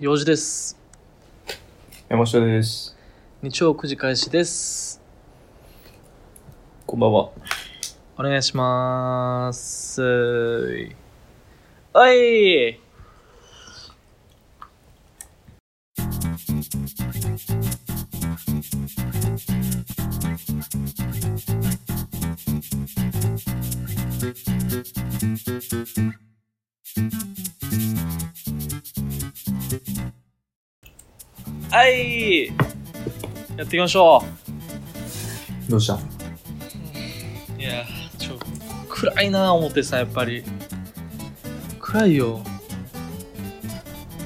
用事です。山下です。日曜9時開始です。こんばんは。お願いします。おいはいやっていきましょうどうしたいやーちょ暗いな思ってさやっぱり暗いよ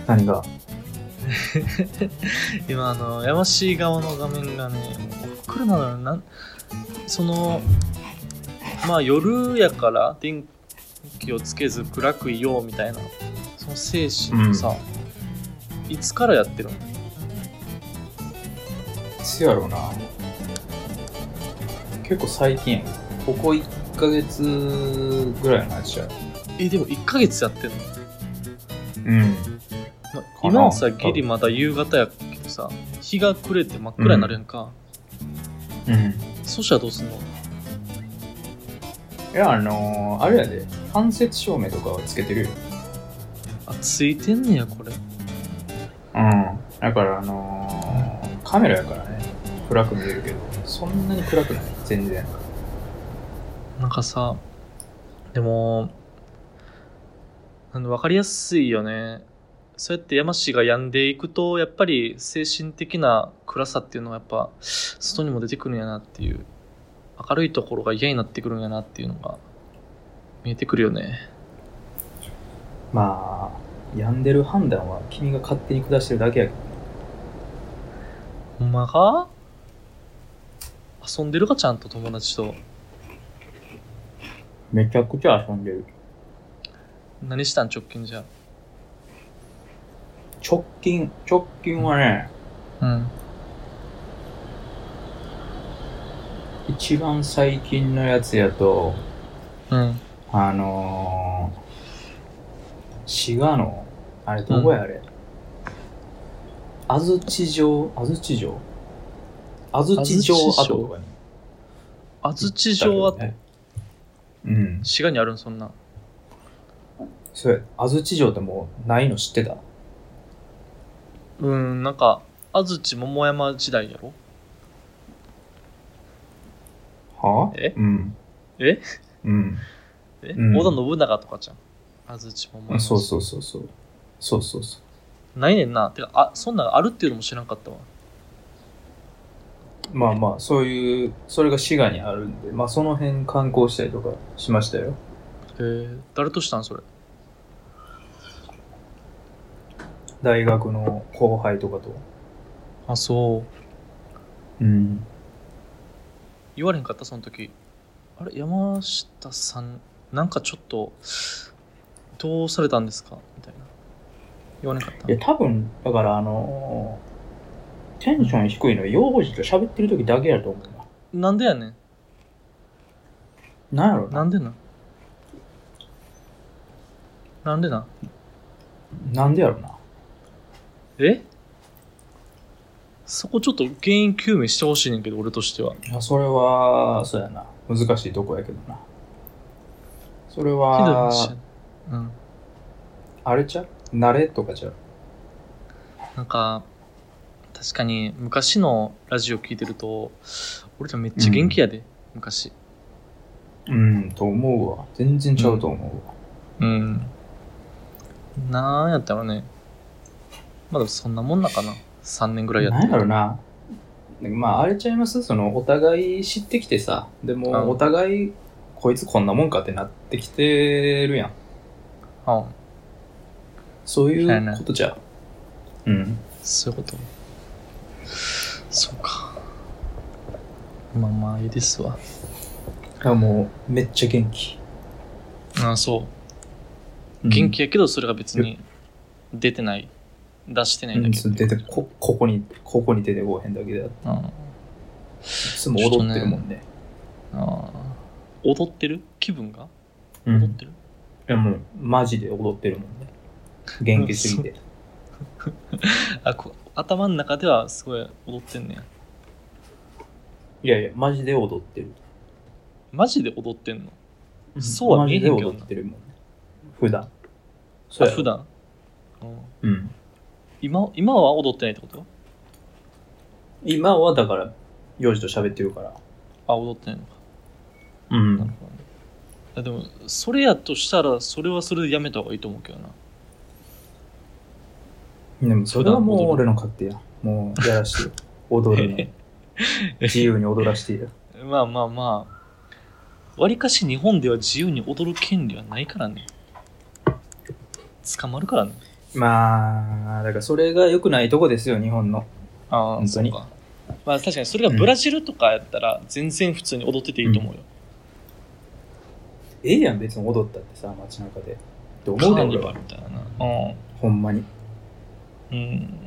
何が今あのやましい側の画面がねもう真っ暗なのよなんそのまあ夜やから電気をつけず暗くいようみたいなその精神さ、いつからやってるのせやろうな。結構最近やねここ1ヶ月ぐらいの話や。えでも1ヶ月やってんの、うん。まあ、な今はさギリまだ夕方やけどさ日が暮れて真っ暗になるやんか、うん。そしたらどうすんのいや、あのー、あれやで、間接照明とかはつけてるよ。あついてんねやこれうん。だから、あのー、カメラやからね、暗く見えるけど、そんなに暗くない。全然。なんかさ、でも、あの分かりやすいよね。そうやって山氏が病んでいくと、やっぱり精神的な暗さっていうのはやっぱ、外にも出てくるんやなっていう、明るいところが嫌になってくるんやなっていうのが、見えてくるよね。まあ、病んでる判断は君が勝手に下してるだけやけど。ほんまか遊んでるかちゃんと友達と。めちゃくちゃ遊んでる。何したん直近じゃ。直近、直近はね、うん。一番最近のやつやと、うん。あのー、滋賀の、あれどこやあれ、安土城、安土城安土城跡とかに。安土城跡、ね。うん。滋賀にあるんそんなん。それ、安土城ってもうないの知ってたうん、なんか、安土桃山時代やろはえうん。えうん。え、うん織田信長とかじゃん。安土桃山。そうそうそうそう。そうそうそう。ないねんな。てか、あ、そんなんあるっていうのも知らんかったわ。まあまあ、そういう、それが滋賀にあるんで、まあその辺観光したりとかしましたよ。へえ、誰としたんそれ。大学の後輩とかと。あ、そう。うん。言われへんかった、その時。あれ、山下さん、なんかちょっと、どうされたんですかみたいな。言われへんかったいや、。多分、だから、あのーテンション低いのは、幼児と喋ってる時だけやと思うなんでやねん。な。なんやろな。なんでなん。なんでなん。なんでやろな。えそこちょっと原因究明してほしいねんけど、俺としては。いや、それは、そうやな。難しいとこやけどな。そひれどい話はや、なうん。あれちゃう慣れとかちゃうなんか確かに昔のラジオ聞いてると俺ちゃんめっちゃ元気やで、昔うん、と思うわ。全然ちゃうと思うわ。うんなんやったらねまあでもそんなもんなかな3年ぐらいやっなんてやろるな。まあ、あれちゃいますその、お互い知ってきてさ。でうんも、お互い、こいつこんなもんかってなってきてるやん。あそういそうやうなことじゃう。うん。そういうことそうかまあまあいいですわだからもう、めっちゃ元気。ああそう元気やけどそれが別に出てない出してないうんだけそう出てこ、ここに、ここに出てこうへんだけであって、うんあいつも踊ってるもんね。あ踊ってる気分がうん。踊っいてる、やもう、マジで踊ってるもんね。元気すぎて。あこ頭の中ではすごい踊ってんねやいやいや、マジで踊ってる。マジで踊ってんのそうはマ見えへジんけでどな踊ってるもん。普段。そうあやろ普。段、うん、うん。今今は踊ってないってこと今はだから、幼児と喋ってるから。あ踊ってないのかうなるん。ほどねいやでもそれやとしたらそれはそれでやめた方がいいと思うけどなでもそれはもう俺の勝手や。もうやらしてよ。踊る の。自由に踊らしてや。まあまあまあわりかし日本では自由に踊る権利はないからね捕まるからねまあ、だからそれが良くないとこですよ、日本の。あ本当にかまあ確かにそれがブラジルとかやったら全然普通に踊ってていいと思うよ、ええやん、別に踊ったってさ、街中で。って思カうでーニ俺バはルみたいなうんほんまに。うん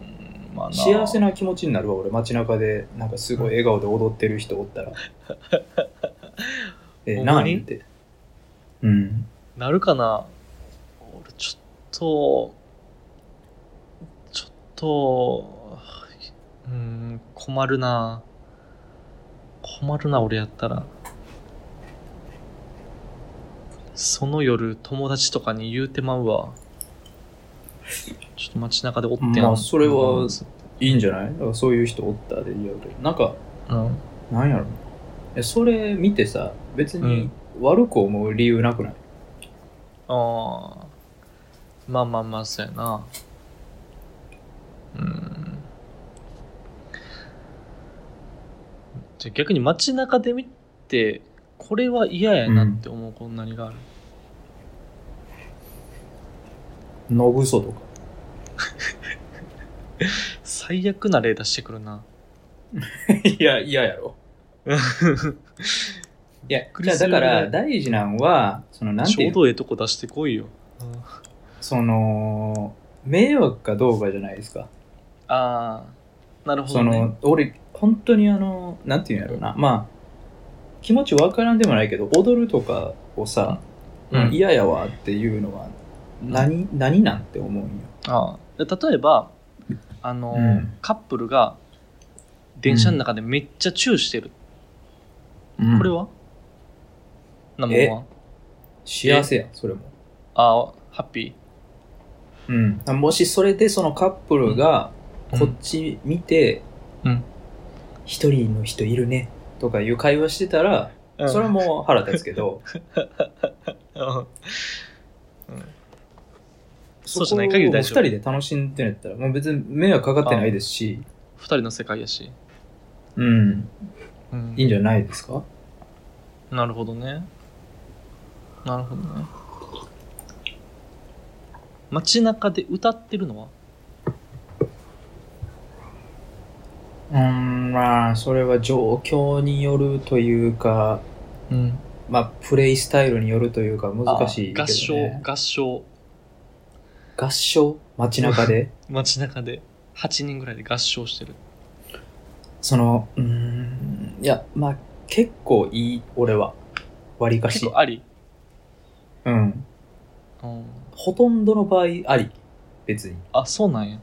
まあな幸せな気持ちになるわ、俺、街中で、なんかすごい笑顔で踊ってる人お ったら。えほんまに何って。うん。なるかな俺ちょっとちょっとうーん困るな困るな俺やったらその夜友達とかに言うてまうわちょっと街中でおってんまあそれはういいんじゃないだからそういう人おったでいいや俺なんか、ん、なんやろえそれ見てさ、別に悪く思う理由なくない、ああまあまあまあそうやなうんじゃあ逆に街中で見てこれは嫌やなって思うこんなにがある、のぶそ とか。最悪な例出してくるないや、嫌やろ。いや、くじりゃあすだるから大事なんは、その、なんちていょううのどええとこ出してこいよ、うんその、迷惑かどうかじゃないですか。ああなるほそど、ね、の、俺、本当にあの、なんていうんやろうな。まあ、気持ちわからんでもないけど、踊るとかをさ、うん嫌やわっていうのは、何、何なんて思うんよ。ああで例えばあの、うんカップルが電車の中でめっちゃチューしてる、これはナンバーワン幸せやん、それも。ああ、ハッピうん、もしそれでそのカップルがーこっち見てうん「一、人の人いるね」とかいう会話してたら、うんそれはもう腹立つ けどうんそそうじゃこをない二限り大丈夫人で楽しんでるんやったらもう別に迷惑かかってないですし、二人の世界やし。うん、うんいいんじゃないですかなるほどね。なるほどね。街中で歌ってるのはうんまあそれは状況によるというかうん。まあプレイスタイルによるというか難しいけ合唱ど、ね、、合唱。合唱街中 で街中で8人ぐらいで合唱してる。そのうんいやまあ結構いい俺はわりか結し構あり、うんうん、ほとんどの場合あり別にあ、そうなんや。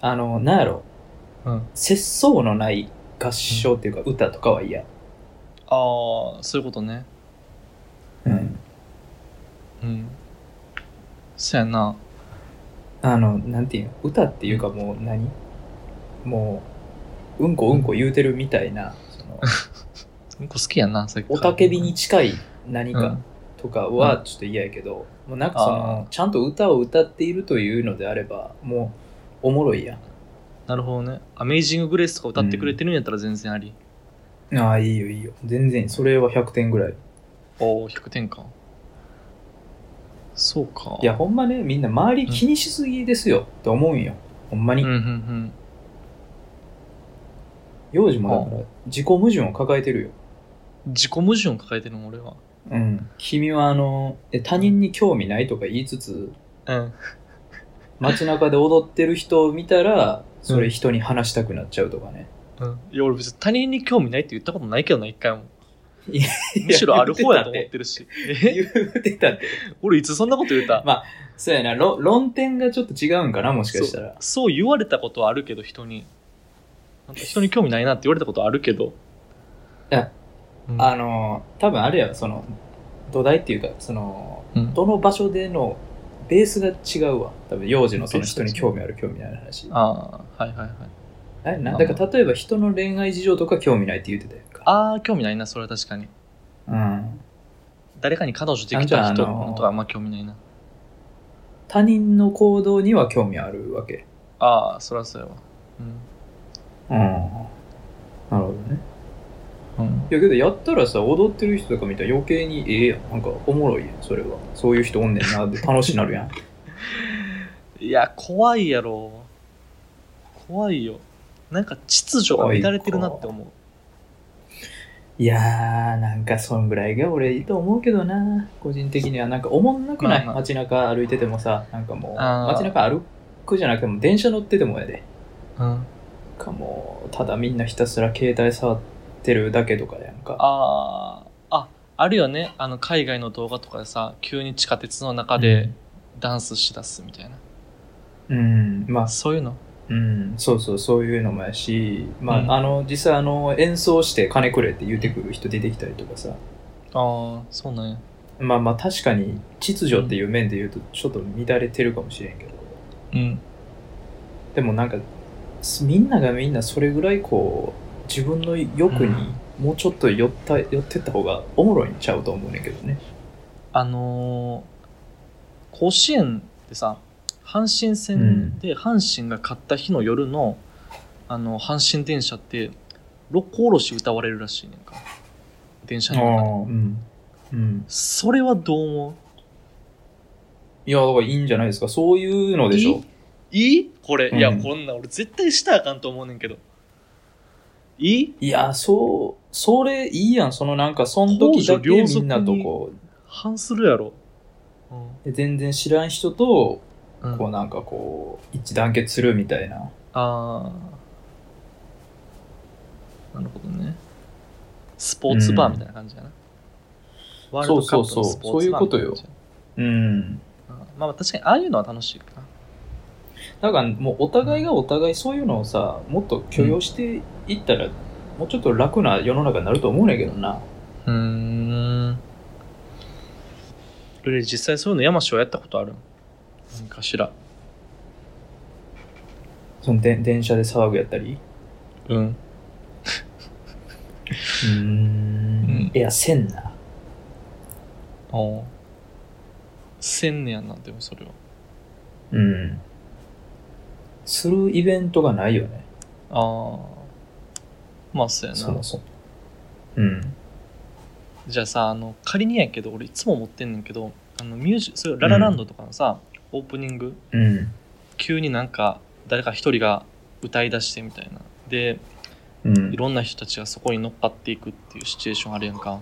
あのなんやろうん。節操のない合唱っていうか歌とかは嫌ああ、そういうことね。うんうん。そやな。あのなんていうの歌っていうかもう何もううんこうんこ言うてるみたいなそ のうんこ好きやな、さっきからおたけびに近い何うかんとかはちょっと嫌やけど、もうなんかそあーのちゃんと歌を歌っているというのであればもうおもろいやなるほどね。アメイジング・グレースとか歌ってくれてるんやったら全然あり。んああいいよいいよ全然それは100点ぐらいおお、100点か。そうか。いや、ほんまねみんな周り気にしすぎですよって思うんよほんまうにんうんうん。幼児もだから自己矛盾を抱えてるよ。自己矛盾を抱えてるの、俺は。うん、君はあのえ他人に興味ないとか言いつつうん。街中で踊ってる人を見たらそれ人に話したくなっちゃうとかね、うん、いや、俺別に他人に興味ないって言ったことないけどな、一回も。むしろある方やと思ってるし。え言うてたって。俺いつそんなこと言ったまあ、そうやな、ろ論点がちょっと違うんかな、もしかしたら。そう言われたことはあるけど、人に。なんか人に興味ないなって言われたことはあるけど。やうん、あの、多分あれやわ、その、土台っていうか、その、うんどの場所でのベースが違うわ。多分、幼児のその人に興味ある、興味ないの話。ああ、はいはいはい。あれなんだから、例えば人の恋愛事情とか興味ないって言ってたやんか。ああ、興味ないな、それは確かに。うん。誰かに彼女できじゃあたあ人のーのとはあんま興味ないな。他人の行動には興味あるわけ。ああ、そらそうやわ。ううん。なるほどね。ん。うん。いやけどやったらさ踊ってる人とか見たら余計にええやんなんかおもろいやんそれはそういう人おんねんなって楽しなるやんいや、怖いやろ。怖いよ。なんか秩序が乱れてるなって思う。 いやーなんかそんぐらいが俺いいと思うけどな個人的にはなんかおもんなくない、まあまあ街中歩いててもさなんかもうあー街中歩くじゃなくても電車乗っててもやでうん。なんかもうただみんなひたすら携帯触ってるだけとかやんかああ、あ、あるよね。あの、海外の動画とかでさ、急に地下鉄の中でダンスしだすみたいな。うんまあそういうのうんそうそうそういうのもやしまあ、うんあの実際あの演奏して金くれって言ってくる人出てきたりとかさああ、そうなんや。まあまあ確かに秩序っていう面で言うとちょっと乱れてるかもしれんけど、うん。でもなんかすみんながみんなそれぐらいこう自分の欲にもうちょっと寄った、寄ってった方がおもろいんちゃうと思うねんけどね。あのー甲子園でさ、阪神戦で阪神が勝った日の夜の、あの、阪神電車って、六甲おろし歌われるらしいねんか。電車の中で。うん。うん。それはどう思ういや、だからいいんじゃないですか。そういうのでしょ。いいこれ、うんいやこんなん俺絶対したらあかんと思うねんけどいいいや、そう、それいいやん。そのなんか、その時だ公け序み良俗んになとこ反するやろ、うんう、全然知らん人と、うんこうなんかこう、一致団結するみたいな。ああなるほどねスポーツバーみたいな感じやな、ワールドカップのスポーツバーみたな感じやうん。なうんまあまあ確かにああいうのは楽しいかなだからもうお互いがお互いそういうのをさもっと許容していったら、もうちょっと楽な世の中になると思うねんけどなうーん俺実際そういうの山氏はやったことある何かしらそので電車で騒ぐやったりうんうーんいやせんなああせんねやんなでもそれはうんするイベントがないよねああまあそうやそなもそもうんじゃあさあの仮にやけど俺いつも持ってんねんけどあのミュージそういうララランドとかのさ、オープニングうん急になんか誰か一人が歌い出してみたいなでうんいろんな人たちがそこに乗っかっていくっていうシチュエーションあるやんか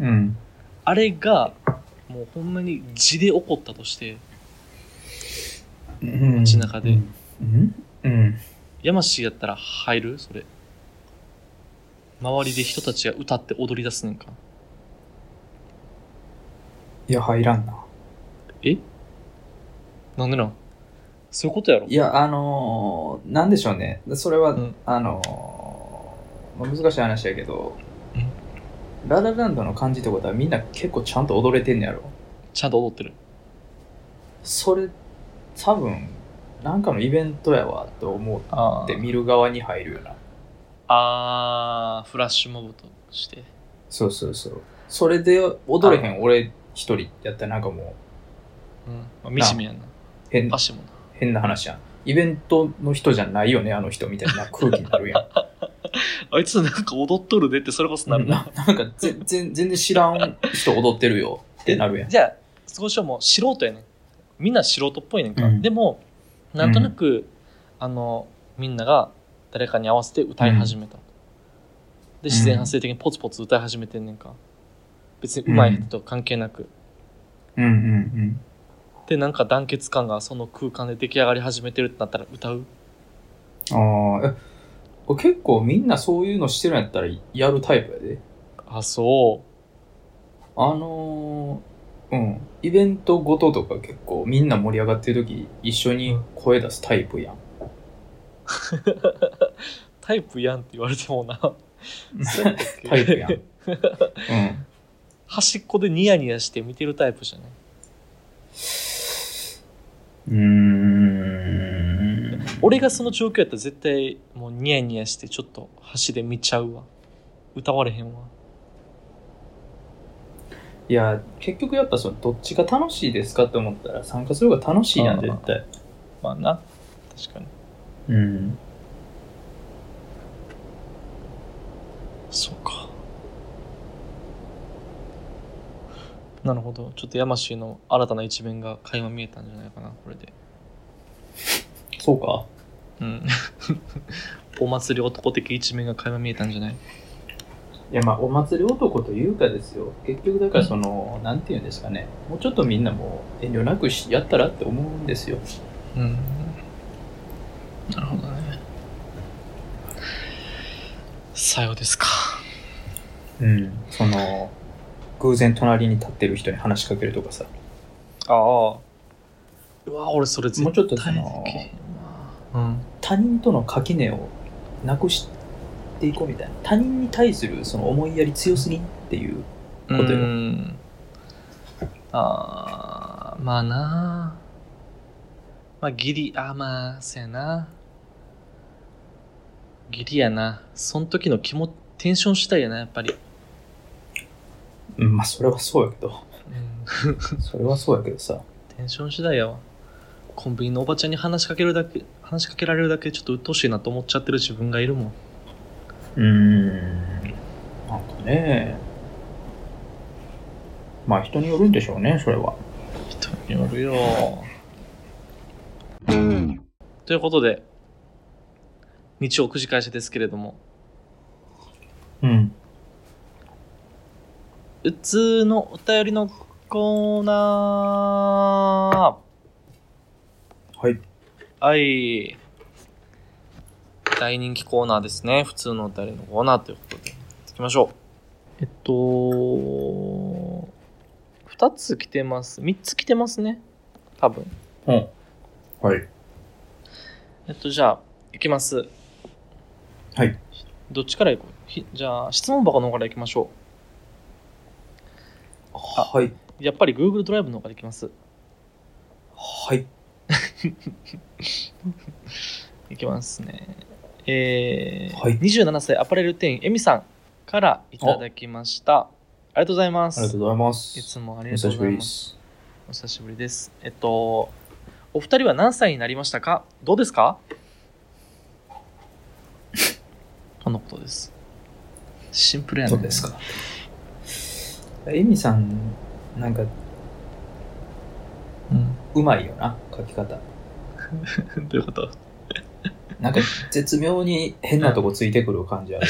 うんあれがもうほんまに地で起こったとして街中でうんうんヤマシーやったら入るそれ周りで人たちが歌って踊り出すねんかいや入らんなえなんでなんそういうことやろいや、あのーなんでしょうね。それは、うんあのーまあ難しい話やけど、ララランドの感じってことはみんな結構ちゃんと踊れてんねやろ。ちゃんと踊ってるそれ、多分、なんかのイベントやわと思あって見る側に入るよな。あーフラッシュモブとしてそうそうそう。それで踊れへん俺一人やったらなんかもうん、まあ、惨めやなう変おかしいもんな変な話やん。イベントの人じゃないよね、あの人みたいな空気になるやん。あいつなんか踊っとるでってそれこそ なるな、なんか全然全然知らん人踊ってるよってなるやん。じゃあ少しはもう素人やねんみんな素人っぽいねんか、うんでもなんとなく、あのみんなが誰かに合わせて歌い始めた、で自然発生的にポツポツ歌い始めてんねんか別に上手い人と関係なく、うんうんうん。でなんか団結感がその空間で出来上がり始めてるってなったら歌うああ、え結構みんなそういうのしてるんやったらやるタイプやで。ああ、そあのーうん、イベントごととか結構みんな盛り上がってる時一緒に声出すタイプやん。う。タイプやんって言われて もな。タイプ やん。うん。端っこでニヤニヤして見てるタイプじゃない。うーん俺がその状況やったら絶対もうニヤニヤしてちょっと端で見ちゃうわ。歌われへんわ。いや結局やっぱそのどっちが楽しいですかって思ったら参加する方が楽しいやんあー絶対まあな。確かに。うんそうか。なるほど。ちょっと山氏の新たな一面が垣間見えたんじゃないかな、これで。そうかうん。 お祭り男的一面が垣間見えたんじゃないいやまあお祭り男というかですよ結局だからその、なんていうんですかねもうちょっとみんなもう遠慮なくしやったらって思うんですようん。なるほどね。さようですか。うんその偶然隣に立ってる人に話しかけるとかさああ。うわ、俺それ絶対もうちょっとできそへんのわ。うん。他人との垣根をなくしていこうみたいな他人に対するその思いやり強すぎんっていうことようんああまあなまあギリあまあそやなギリやなそん時の気もテンションしたいやなやっぱり、うんまあそれはそうやけど うんそれはそうやけどさテンション次第やわコンビニのおばちゃんに話しかけるだけ話しかけられるだけでちょっと鬱陶しいなと思っちゃってる自分がいるもんうーんなんかねまあ人によるんでしょうねそれは人によるよということで日曜9時開始ですけれどもうんうつのお便りのコーナはいーはい。大人気コーナーですね。普通のお便りのコーナーということで。行きましょう。えっと、二つ来てます。三つ来てますね。多分。うんはいえっと、じゃあ、行きます。はい。どっちから行こうひじゃあ、質問箱の方から行きましょ。はいやっぱり Google ドライブの方から行きます。はいいきますね。えーはい27歳アパレル店員エミさんからいただきました。ありがとうございまありがとす。うございまいすつもあおりがと久うしござぶいりでます。すお久しぶりです。えっと、お二人は何歳になりましたかどうですか とのことです。シンプルやな。そうですかエミさんなんかうん。 うまいよな書き方どういうこと なんか絶妙に変なとこついてくる感じあるな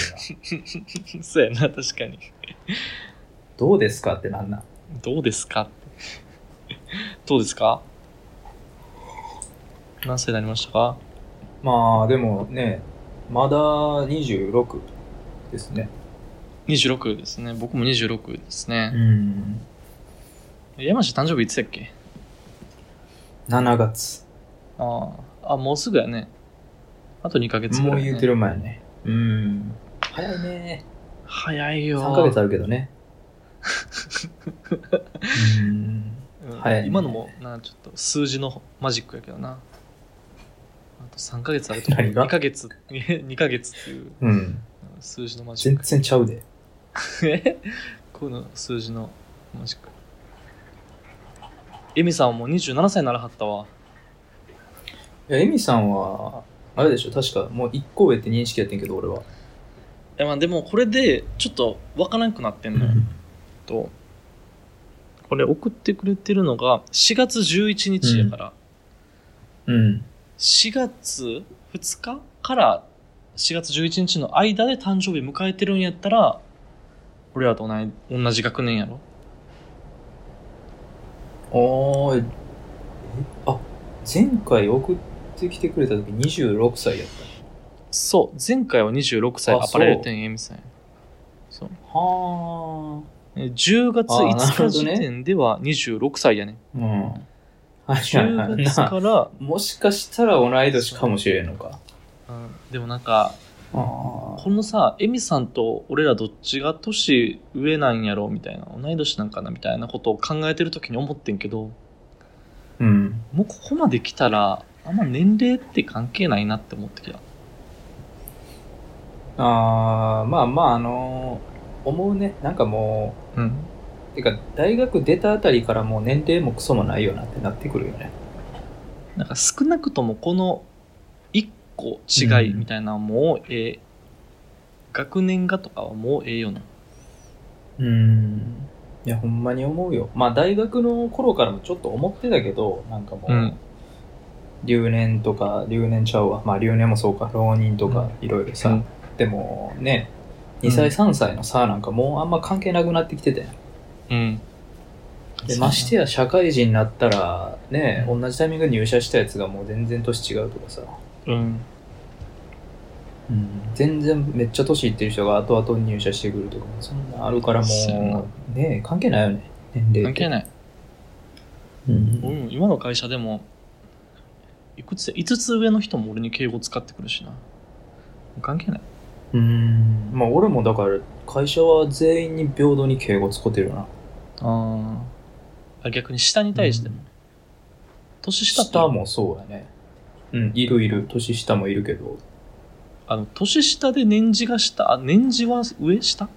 そうやな、確かに。どうですかってなんなんどうですかってどうですか何歳になりましたかまあでもねまだ26ですね ?26 ですね。僕も26ですね。ん山下誕生日いつやっけ7月ああ。あ、もうすぐやね。あと2ヶ月ぐもらうい、ね。言うてる前ねうん早いね早いよ。 3ヶ月あるけどねうんうん早いね今のも、な、ちょっと数字のマジックやけどな。あと3ヶ月あると何が2ヶ月、2ヶ 月っていううん数字のマジック全。然ちゃうでえ この数字のマジックエミさんはもう27歳にならはったわいやエミさんはあれでしょ確かもう1個上って認識やってんけど俺は、いやまあでもこれでちょっとわからなくなってんのよ、とこれ送ってくれてるのが4月11日やから、うん4月2日から4月11日の間で誕生日迎えてるんやったら俺らと同い同じ学年やろおーえあ前回送ってきてくれた時26歳やったそう前回は26歳あアパレル店エミさんやそうはえ10月あーなるほ5ど日ね時点では26歳やね。あ。うん。はいはいは10い月な。から、 もしかしたら同い年かもしれんのか。うんでもなんか、あこのさ、エミさんと俺らどっちが年上なんやろみたいな、同い年なんかなみたいなことを考えてる時に思ってんけど、うん。もうここまで来たら、あんま年齢って関係ないなって思ってきた。ああ、まあまあ、あのー思うね。なんかもうん。う、てか、大学出たあたりからもう年齢もクソもないよなってなってくるよね。なんか少なくともこの1個違いみたいなのもうええ、学年がとかはもうええよな。うん。いや、ほんまに思うよ。まあ、大学の頃からもちょっと思ってたけど、なんかもう、うん留年とか、留年ちゃうわ。まあ、留年もそうか、浪人とか、いろいろさ。うんでもね、うん2歳、3歳の差なんかもうあんま関係なくなってきてて。うん。でましてや。や社会人になったらね、う同じタイミングで入社したやつがもう全然年違うとかさ、うん。全然めっちゃ年いってる人が後々入社してくるとかもそんなあるからもそうやなうね関係ないよね年関齢って係ない。うん俺も今の会社でも、いくつや、5つ上の人も俺に敬語使ってくるしな。関係ない。うんまあ俺もだから会社は全員に平等に敬語使ってるよなああ。逆に下に対しても。年下って下もそうやねうんいるいる年下もいるけどあの、年下で年次が下、あ、年次は上下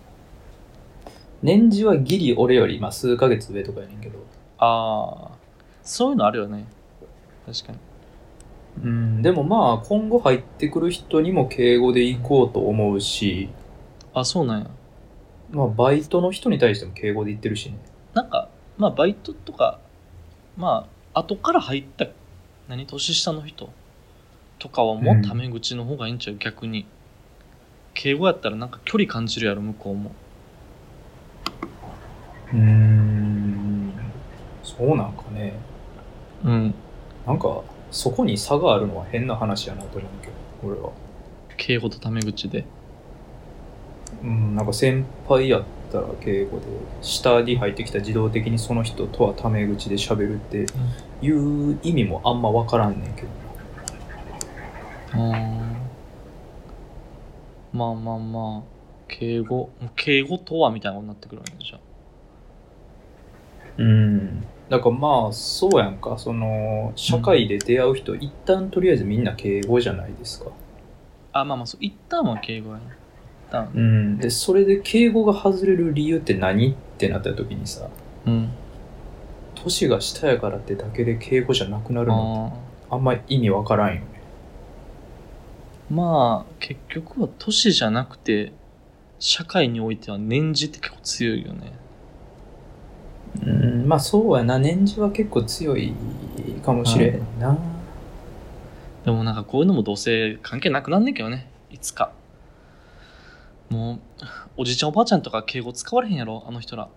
年次はギリ俺よりまあ数ヶ月上とかやねんけどああ。そういうのあるよね。確かに。うん、でもまあ今後入ってくる人にも敬語で行こうと思うし、あ、そうなんや。まあ、バイトの人に対しても敬語で言ってるしねなんか、まあ、バイトとか、まあ、後から入った、何、年下の人とかはもうんうタメ口の方がいいんちゃう、逆に。敬語やったらなんか距離感じるやろ、向こうも。うんそうなんかねうん。なんかそこに差があるのは変な話やなと思うけど俺は敬語とタメ口で。うんなんか先輩やったら敬語で下に入ってきた自動的にその人とはタメ口で喋るっていう意味もあんま分からんねんけどあーまあまあまあ、敬語、もう敬語とはみたいなことになってくるわけでじゃうん。だからまあ、そうやんか。その、社会で出会う人、一旦とりあえずみんな敬語じゃないですか。あ。あ、まあまあ、そう、一旦は敬語やな。一旦。うん。で、それで敬語が外れる理由って何ってなった時にさ、うん。年が下やからってだけで敬語じゃなくなるの、ああ。あんまり意味わからんよね。まあ結局は都市じゃなくて社会においては年次って結構強いよねうん。まあ、そうやな。年次は結構強いかもしれんな。でもなんかこういうのもどうせ関係なくなんねんけどねいつかもうおじいちゃんおばあちゃんとか敬語使われへんやろあの人ら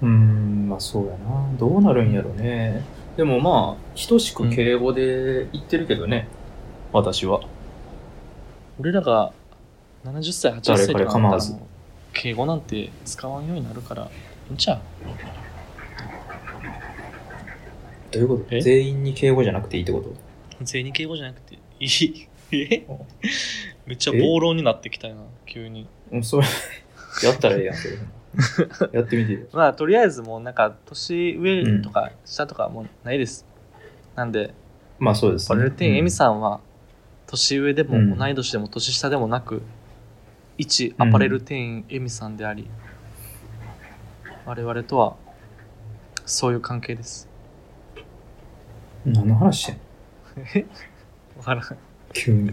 うん、まあそうやな。どうなるんやろね。でもまあ、等しく敬語で言ってるけどね。私は。俺らが70歳80歳とか誰彼な構ったわらずもう敬語なんて使わんようになるからいいんちゃうどういうことえ全員に敬語じゃなくていいってこと全員に敬語じゃなくていい えおめっちゃ暴論になってきたよな急にうん、 それ、やったらええやん、 それ。やってみてよ。まあとりあえずもうなんか年上とか下とかはもうないです、なんでまあそうですバレルティーンエミん。さんは年上でうんも同い年でも年下でもなく一アパレル店員エミさんであり、我々とはそういう関係です 何の話してんのわからん急に。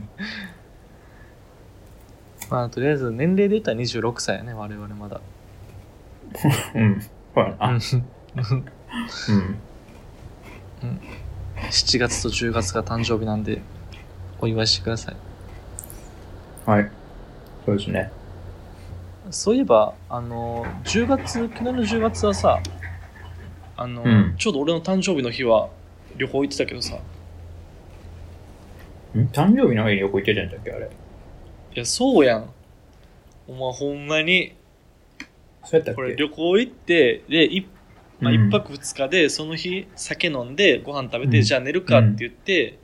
まあとりあえず年齢で言ったら26歳やね我々まだうん。ほらうな。んうん。 7月と10月が誕生日なんでお祝いしてくださいはい。そうですね。そういえば、あの、10月、昨日の10月はさ、あの、うんちょうど俺の誕生日の日は旅行行ってたけどさ、いん誕生日の日によく行ってたんだっけ、あれ。や、そうやん。お前ほんまに、そうやったっけこれ旅行行って、で、一まあ、うん一泊二日で、その日酒飲んで、ご飯食べて、うんじゃあ寝るかって言って、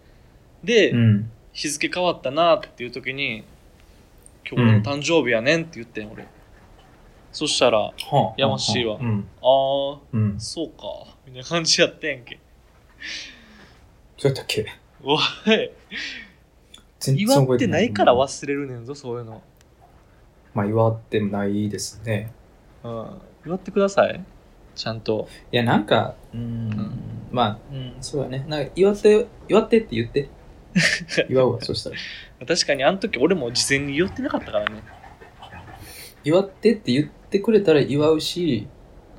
で、うん。日付変わったなっていう時に、今日俺の誕生日やねんって言ってん、俺。そしたら、あはあやましいわうん。あ、うん。そうか、みたいな感じやってんけ。そうやったっけおい、全然祝覚っえててないから忘れるねんぞ、そういうの。まあ、祝ってないですね。うん。祝ってください。ちゃんと。いや、なんか、うん、んまあ、うん、そうだね。なんか、祝って、祝ってって言 って。祝うわ、そしたら。確かにあの時俺も事前に言ってなかったからね。祝ってって言ってくれたら祝うし、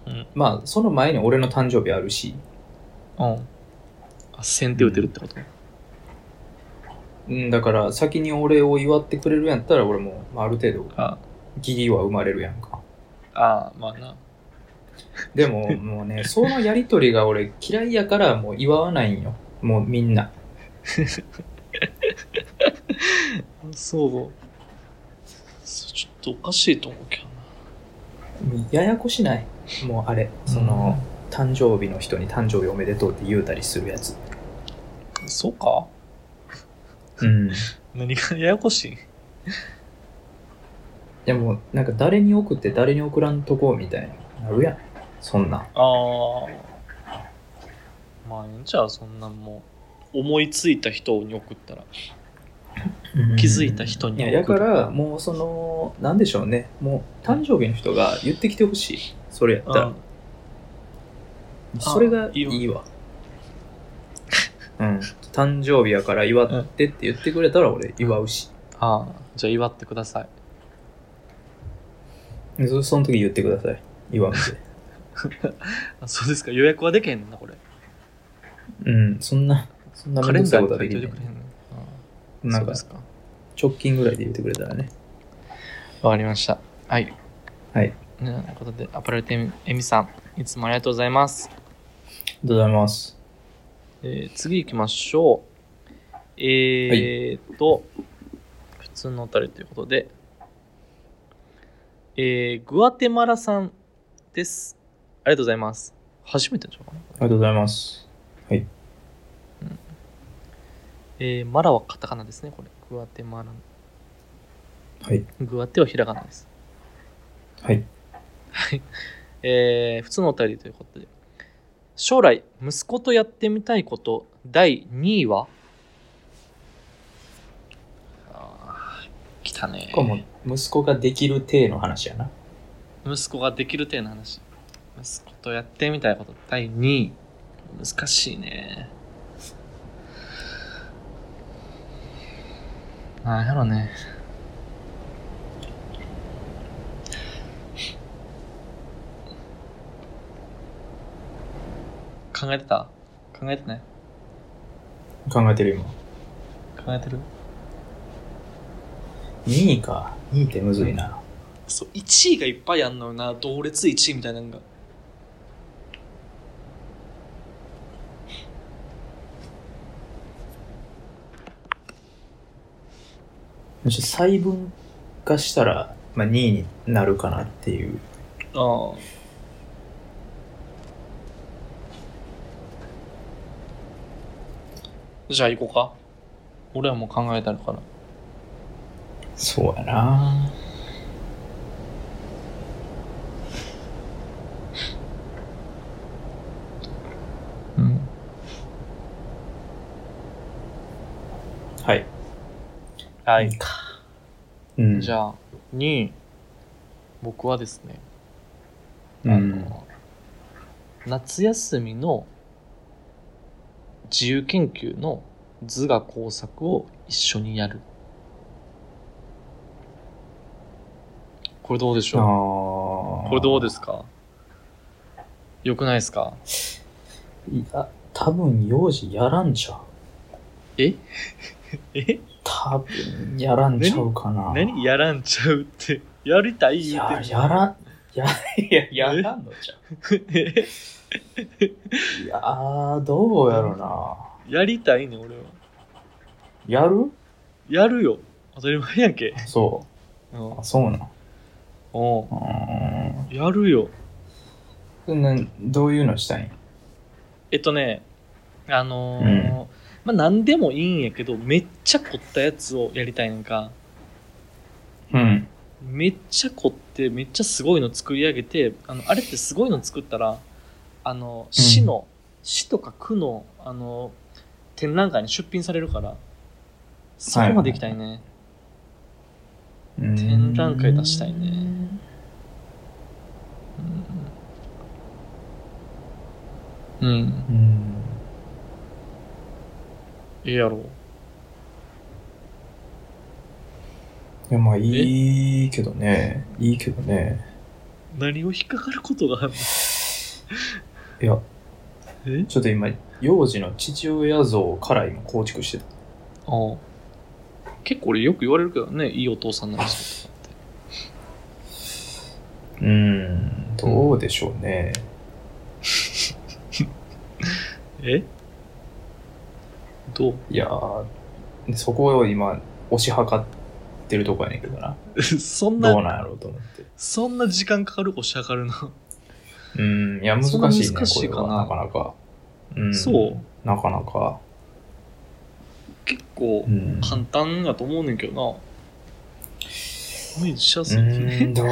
うんまあ、その前に俺の誕生日あるし、うん。あ、先手打てるってこと、うん、だから、先に俺を祝ってくれるやったら、俺も、まあ、ある程度、あ義理は生まれるやんか。あ、まあな。でも、もう ね、そのやりとりが俺嫌いやから、もう祝わないんよ。もうみんな。そう。ちょっとおかしいと思うけどな。もうややこしない。もうあれ、その、誕生日の人に誕生日おめでとうって言うたりするやつ。そうかうん。い何がややこしいやもう、なんか誰に送って誰に送らんとこみたいな。なるやん。そんなん。ああ。まあ、ええんちゃうそんなんもう。思いついた人に送ったら。気づいた人にいや、だから、もうその、なんでしょうね。もう、誕生日の人が言ってきてほしい。それやったら。それがいいわ。うん。誕生日やから祝ってって言ってくれたら俺祝うし。ああ。じゃあ祝ってください。そその時言ってください。祝うんで。あそうですか。予約はできへんねんな、これ。 うん、そんな、そんなカめんレどンくさダーに書いいことはできといてないく。れへんねん。ああなんそうかですか。直近ぐらいで言ってくれたらね。わかりました。はい。はい。ということで、アパレル店エミさん、いつもありがとうございます。ありがとうございます。えー次行きましょう。えーっと、普通のおたりということで、えー、グアテマラさんです。ありがとうございます。初めてでしょうかね。ありがとうございます。えーマラはカタカナですね、これ。グアテマラ。はい。グアテはひらがなです。はい。はい。えー普通のお便りということで。将来、息子とやってみたいこと、第2位はあー来たねこれもう息子ができる体の話やな。息子ができるての話。息子とやってみたいこと、第2位。難しいね。なんやろね。考えてた考えてない考えてる今。考えてる2位か。2位ってむずいな。そう、1位がいっぱいあんのよな。同列1位みたいなのが。もし細分化したら、まあ、2位になるかなっていう。ああ。じゃあ行こうか。俺はもう考えてあるから。そうやな。うん。はい。は二位。か。うん。じあ、ゃあ、2位。僕はですね、うあん。の夏休みの自由研究の図画工作を一緒にやる。これどうでしょうあこれどうですすかよくないですかいや、多分幼児やらんちゃう。え え多分やらんちゃうかな。何やらんちゃうって。やりたいい言うや、てやらん、や、いや、やらんのじゃる。ん。いやー、どうやろな。 やりたいねん、俺は。やるやるよ。当たり前やんけ。そう。あ、そうなん。おうーんやるよ。そんなどういうのしたいんえっとね、あのーうまあ何でもいいんやけど、めっちゃ凝ったやつをやりたいねんか。うん。めっちゃ凝って、めっちゃすごいの作り上げて、あの、あれってすごいの作ったら、あの、市の、市とか区の、あの、展覧会に出品されるから、そこまで行きたいね。展覧会出したいねうん。うんうん。ええやろ。いや、まあいいけどね。いいけどね。何を引っかかることがあるいや、えちょっと今、幼児の父親像から今構築してた。ああ結構俺よく言われるけどね、いいお父さんなんですけどって。うん。どうでしょうね。えどう いやーそこを今、押し量ってるとこやねんけどな。そんどうな、なんやろうと思って。そんな時間かかるおしゃかるの。うん。いや、難しそいね。んな難しいかなこれはなかなか。うん。そうなかなか。結構うん。簡単やと思うねんけどな。イメージしやすういねん、。どう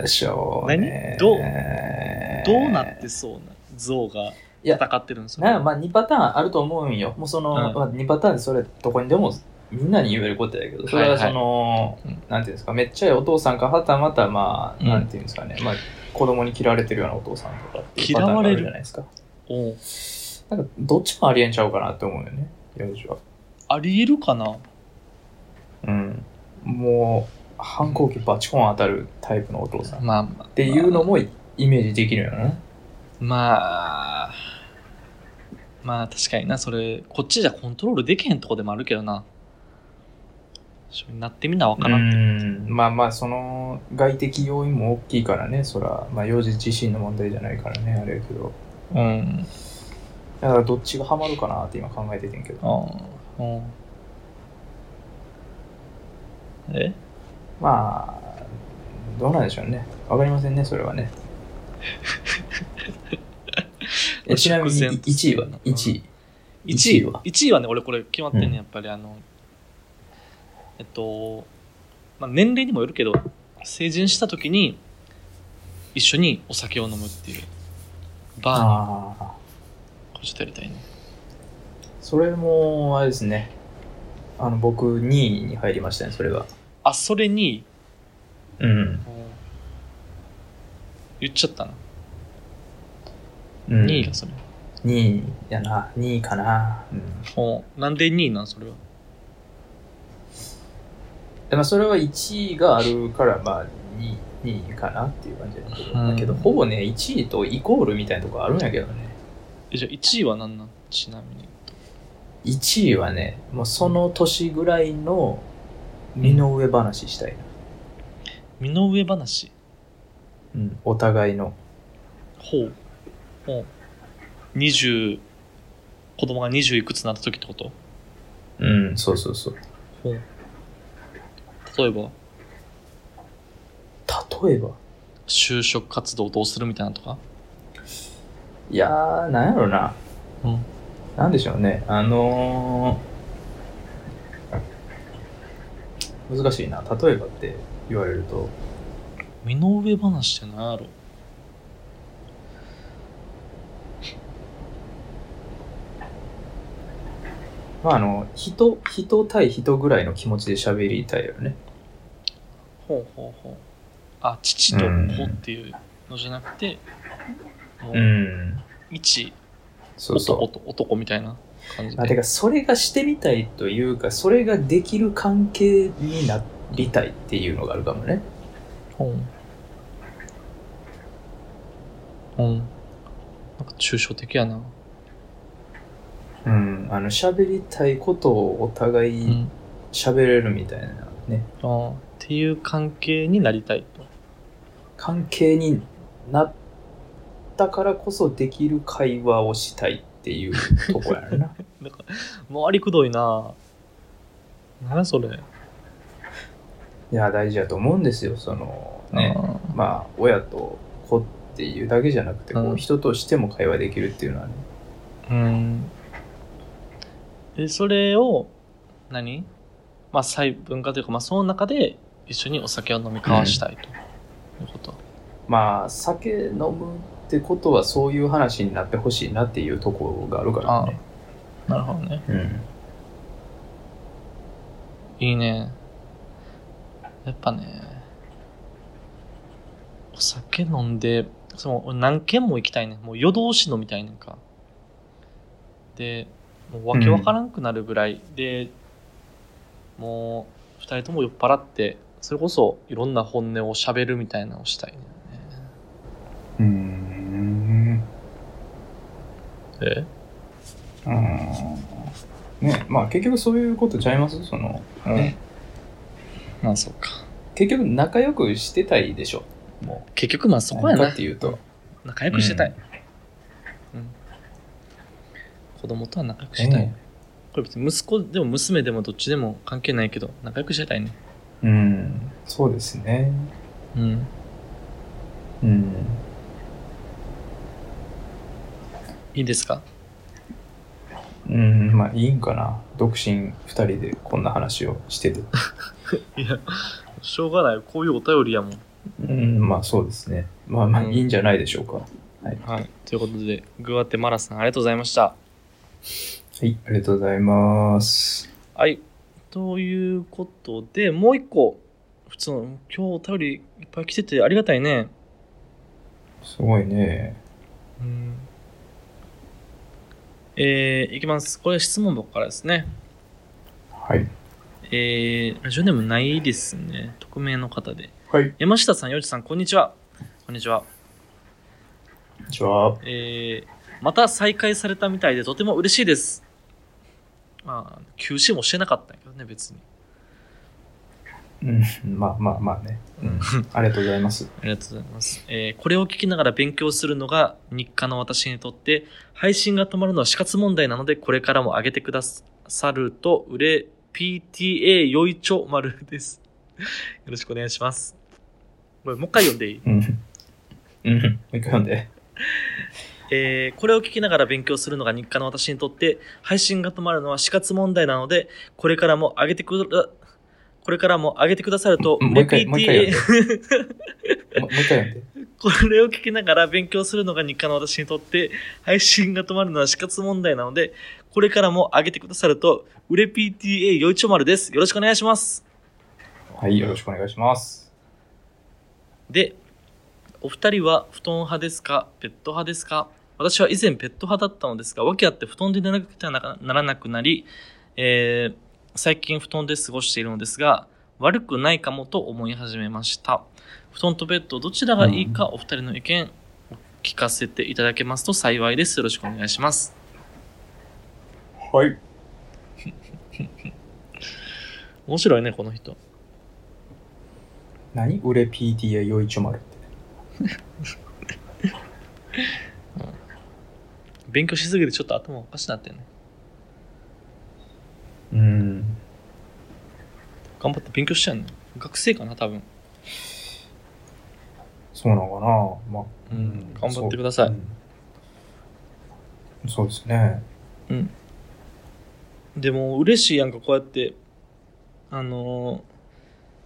でしょうね。何どうどどうなってそうな像がいや戦ってるんですよ。なんかまあ2パターンあると思うんよ。もうその、はいまあ、2パターンでそれどこにでもみんなに言えることやけど、それはその、はいはいなんていうんですか、めっちゃいお父さんか、はたまたまあ、うんなんていうんですかね、まあ子供に嫌われてるようなお父さんとかっていうパターンがあるじゃないですか。おうなんかどっちもありえんちゃうかなって思うよね、幼児は。ありえるかなうん。もう、反抗期バチコン当たるタイプのお父さん。っまあまあ。っていうのもイメージできるよね。まあ、まあ確かにな、それ、こっちじゃコントロールできへんとこでもあるけどな。そうなってみなわからん。うんまあまあその外的要因も大きいからねそらまあ幼児自身の問題じゃないからねあれやけどうん。だからどっちがハマるかなって今考えててんけどああ。うん。えまあどうなんでしょうねわかりませんねそれはねえちなみに釈然と1位はね1位1位一位は一位はね、俺これ決まってんね、うんやっぱりあの、えっと、まあ、年齢にもよるけど、成人した時に一緒にお酒を飲むっていう、バああーにこうちょっとやりたいね。それもあれですねあの僕2位に入りましたねそれがあ、それに、うん、言っちゃったな。うん、 2位がそれ。 2位やな2位かなうんおなんで2位なんそれは。でまあ、それは1位があるから、まあ2位、2位かなっていう感じだけど、うんだけどほぼね、1位とイコールみたいなとこあるんやけどね。えじゃあ1位は何なんちなみに。 1位はね、もうその年ぐらいの身の上話したいな。身の上話。うん、お互いの。ほう。ほう。20、子供が20いくつになった時ってことうん、そうそうそう。ほう。例えば、例えば、就職活動どうするみたいなのとか。いやー、なんやろな。うん。なんでしょうね。あのー、難しいな。例えばって言われると、身の上話って何やろまあ、あの、人、人対人ぐらいの気持ちで喋りたいよね。ほうほうほう。あ、父と子っていうのじゃなくて、もう、ん。一そう男そと男みたいな感じう。あてで。か、それがしてみたいというか、それができる関係になりたいっていうのがあるかもね。ほう。うん。なんか抽象的やな。うん。あの、喋りたいことをお互ういん。喋れるみたいなね。あーっていう関係になりたいと。関係になったからこそできる会話をしたいっていうとこやろ な。なんか、回りくどいな。何やそれ。いや、大事だと思うんですよ。その、ね、あまあ、親と子っていうだけじゃなくて、こううん人としても会話できるっていうのはね。ーうんでそれを何まあ細分化というか、まあ、その中で一緒にお酒を飲み交わしたいということ、まあ、酒飲むってことはそういう話になってほしいなっていうところがあるからあね。あなるほどねうん。いいねやっぱねお酒飲んでその俺何軒も行きたいねもう夜通し飲みたいねんかでもうわけわからんくなるぐらい、でもう2人とも酔っ払ってそれこそいろんな本音をしゃべるみたいなのをしたいねうーん。えうーんね、まあ結局そういうことちゃいますその、ね、まあそうか結局仲良くしてたいでしょ。もう。結局まあそこや何かなっていうと。仲良くしてたい、うん子供とは仲良くしてたい、ねこれ別に息子でも娘でもどっちでも関係ないけど仲良くしてたいねうん。そうですね。うんうん。いいですかうん、まあいいんかな。独身二人でこんな話をしてて。いやしょうがないこういうお便りやもんうん、まあそうですね。まあまあうんいいんじゃないでしょうか。ははいということでグアテマラさんありがとうございましたい、ありがとうございます。はいということでもう一個普通の今日お便りいっぱい来ててありがたいねすごいね。うんえー、いきますこれ質問箱からですねはい。えー、ラジオネームないですね。匿名の方で。はい。山下さん、よじさん、こんにちは。こんにちは。じゃあ、えー、また再開されたみたいでとても嬉しいです。まあ、休止もしてなかったんやけどね、別に。うん、まあまあまあね。うん、ありがとうございます。ありがとうございます。えーこれを聞きながら勉強するのが日課の私にとって、配信が止まるのは死活問題なので、これからも上げてくださると、売れ PTA よいちょ丸です。よろしくお願いします。これもう一回読んでいいうん。うん。もう一回読んで。えーこれを聞きながら勉強するのが日課の私にとって、配信が止まるのは死活問題なので、これからも上げてくだ、これからも上げてくださると、うんもう一回もう一回 PTA ももう一回読んで。 これを聞きながら勉強するのが日課の私にとって、配信が止まるのは死活問題なので、これからも上げてくださると、売れ PTA よいちょ丸です。よろしくお願いします。はい、よろしくお願いします。で、お二人は布団派ですかペット派ですか私は以前ペット派だったのですが、訳あって布団で寝なくてはなかならなくなり、えー最近布団で過ごしているのですが、悪くないかもと思い始めました。布団とベッド、どちらがいいかお二人の意見、聞かせていただけますと幸いです。よろしくお願いします。はい。面白いね、この人。何俺 PTA よいちょまるって。勉強しすぎてちょっと頭おかしなってね。うん。頑張って勉強しちゃうね。学生かな、多分。そうなのかな。まあ、うん。頑張ってください。うんそうですね。でも嬉しいやんかこうやってあのー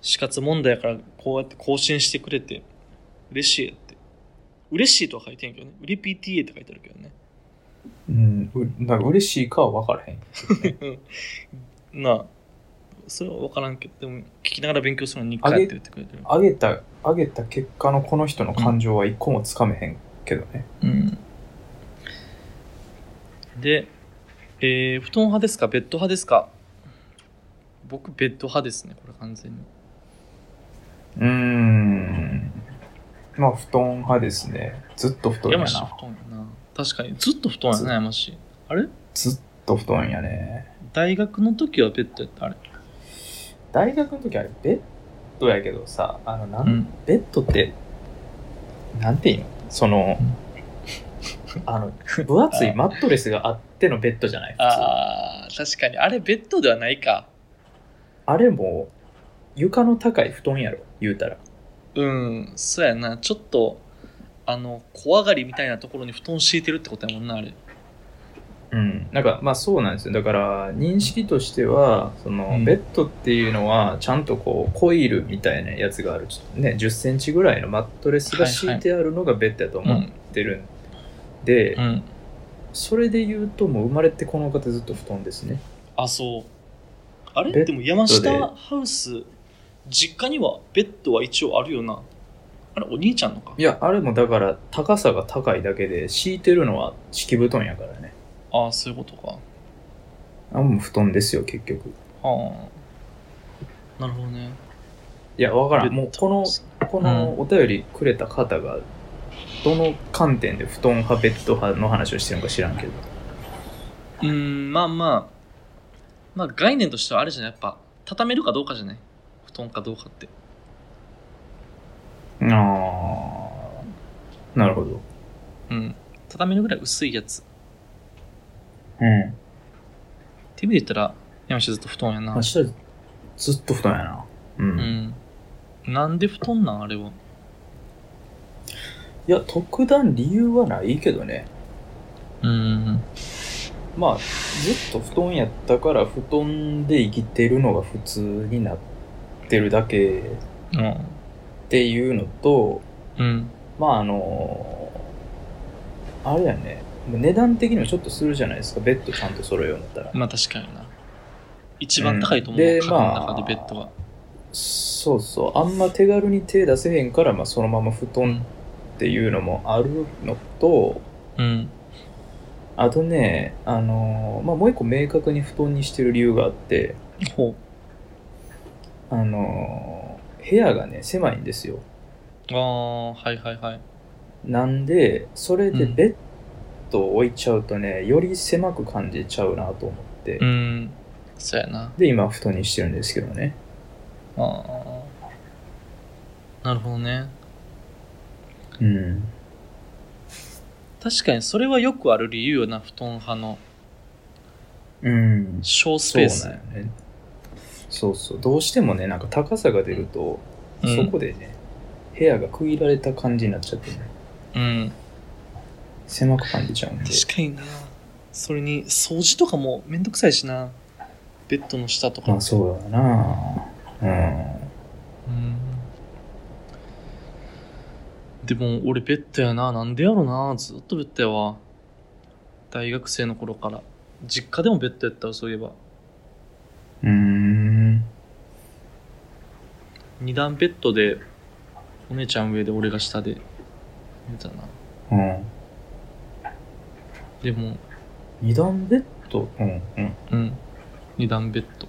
死活問題やからこうやって更新してくれて嬉しいやって嬉しいとは書いてんけどね売り PTA って書いてあるけどねうん。うなんか嬉しいかは分からへん。なあそれは分からんけどでも聞きながら勉強するのに回やって言ってくれてるあげた、あげた結果のこの人の感情は一個もつかめへんけどね。うんで、えー布団派ですかベッド派ですか僕ベッド派ですねこれ完全にうーん。まあ、布団派ですね。ずっと布団や山下な。布団やな確かにずっと布団やな山下あれずっと布団やね。大学の時はベッドやったあれ、大学の時あれ、ベッドやけどさ、あの、なん、ん、ベッドって、なんていうのその、あの、分厚いマットレスがあってのベッドじゃない普通あー確かにあれベッドではないかあれも、床の高い布団やろ、言うたら。うん、そうやな。ちょっと、あの、小上がりみたいなところに布団敷いてるってことやもんな、あれ。うん、なんかまあそうなんですよだから認識としてはその、うんベッドっていうのはちゃんとこうコイルみたいなやつがあるちょっとね1 0ンチぐらいのマットレスが敷いてあるのがベッドだと思ってるんで、うん。それで言うともう生まれてこの方ずっと布団ですねあ、そう。あベッドれででも山下ハウス、実家にはベッドは一応あるよな。あれ、お兄ちゃんのかいやあれもだから高さが高いだけで敷いてるのは敷布団やからねああ、そういうことか。あもう布団ですよ結局はあ。なるほどね。いやわからんベッドもうこのこのお便りくれた方がどの観点で布団派ベッド派の話をしてるのか知らんけどうーん、まあまあ。まあ概念としてはあれじゃないやっぱ、畳めるかどうかじゃない布団かどうかって。ああなるほどうん。畳めるぐらい薄いやつ。っうんていう意味で言ったら、山下ずっと布団やな。明日ずっと布団やなうん、うん。なんで布団なんあれは。いや特段理由はないけどねうん。まあずっと布団やったから布団で生きてるのが普通になってるだけっうん。ていうのとうん。まああのあれやね値段的にもちょっとするじゃないですかベッドちゃんと揃えようになったらまあ確かにな。一番高いと思う、うんで家具の中でまあベッドが。そうそうあんま手軽に手出せへんから、まあ、そのまま布団っていうのもあるのとうん。あとね、あのーまあ、もう一個明確に布団にしてる理由があって、ほあのー部屋がね狭いんですよう。ああ、はいはいはい。なんでそれでうんベッドを置いちゃうとねより狭く感じちゃうなと思って、うん。そうやな。で今布団にしてるんですけどねああ。なるほどね。うん確かにそれはよくある理由よな、布団派の。うん小スそうペーなんス。よねそうそうどうしてもねなんか高さが出ると、うんそこでね部屋が区切られた感じになっちゃってねうん。狭く感じちゃうんで確かにな。それに、掃除とかもめんどくさいしな。ベッドの下とか。まあそうだなうんうんでも俺ベッドやななんでやろなずっとベッドやわ大学生の頃から実家でもベッドやったわそういえばうーん二段ベッドでお姉ちゃん上で俺が下で寝たなうんでも二段ベッドうんうんうん二段ベッド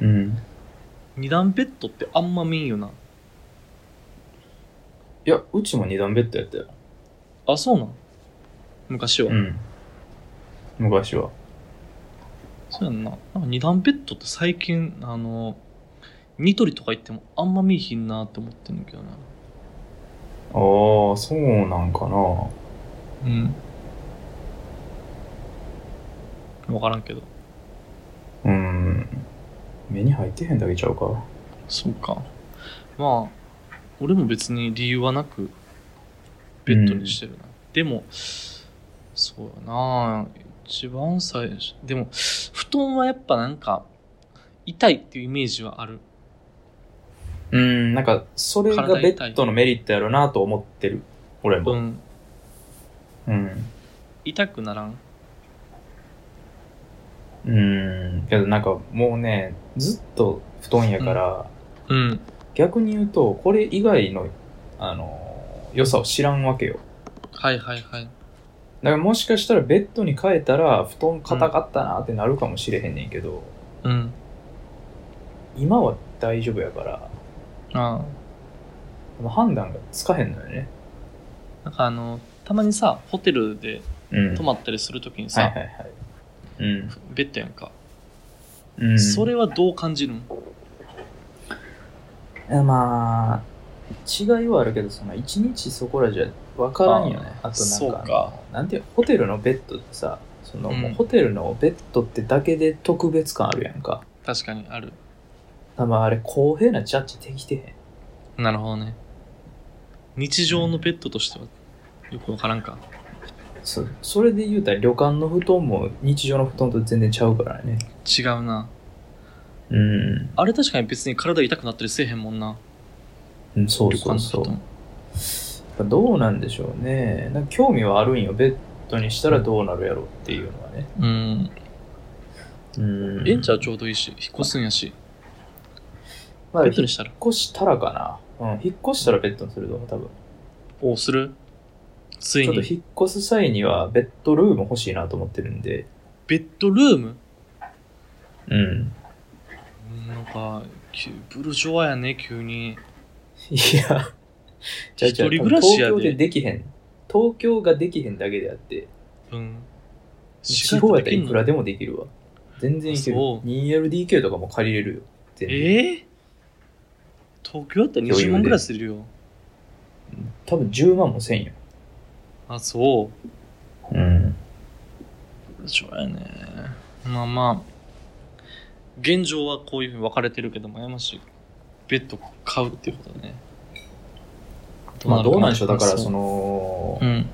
うん二段ベッドってあんま見んよないやうちも二段ベッドやったよあそうなん昔は、うん昔はそうやんななんか二段ベッドって最近あのニトリとか行ってもあんま見いひんなって思ってんだけどなああそうなんかなうん。わからんけど。うん目に入ってへんだけちゃうかそうか。まあ、俺も別に理由はなく、ベッドにしてるな。でも、そうやな一番最初。でも、布団はやっぱなんか、痛いっていうイメージはある。うん、なんか、それがベッドのメリットやろなと思ってる。俺うも。ん。うん。痛くならん。うん。けどなんかもうね、ずっと布団やから、うん。逆に言うと、これ以外の、あのー、良さを知らんわけよ。はいはいはい。だからもしかしたらベッドに変えたら、布団硬かったなってなるかもしれへんねんけど、うん。今は大丈夫やから、あまあ判断がつかへんのよね。あ。なんかあの、たまにさ、ホテルでうん。泊まったりするときにはいさ、はいはい。うんベッドやんか。。うん、それはどう感じるんいやまあ違いはあるけどその一日そこらじゃ分からんよねああとなそうんかかなんていうのホテルのベッドってさその、うんもうホテルのベッドってだけで特別感あるやんか確かにある。あまああれ公平なジャッジできてへんなるほどね。日常のペットとしてはよくわからんか。そそれで言うたら旅館の布団も日常の布団と全然ちゃうからね違うな。うんあれ確かに別に体痛くなったりせえへんもんな。うんそう旅館そのう人そもうどうなんでしょうねなんか興味はあるんよベッドにしたらどうなるやろうっていうのはねうん。うんエンチはちょうどいいし、引っ越すんやし。まあ、ベッド引っにしたら。越したらかな、うん、引っ越したらベッドにすると思う多分おう、するついちょっとに。引っ越す際にはベッドルーム欲しいなと思ってるんでベッドルームうんうんなんか、急ブルジョアやね、急に。いやじゃあ一じゃあ人暮らしや多分東京でで。できへん東京ができへんだけであってうん。地方やったらいくらででもできるわ全然いけるあそう 2LDK とかも借りれるよ全然ええ東京やったら20万ぐらいするよ。多分10万もせんよあ、そう。うんそうやね。まあまあ、現状はこういうふうに分かれてるけども、やましい。ベッド買うっていうことだね。まあどうなんでしょうだからそうそのう、ん。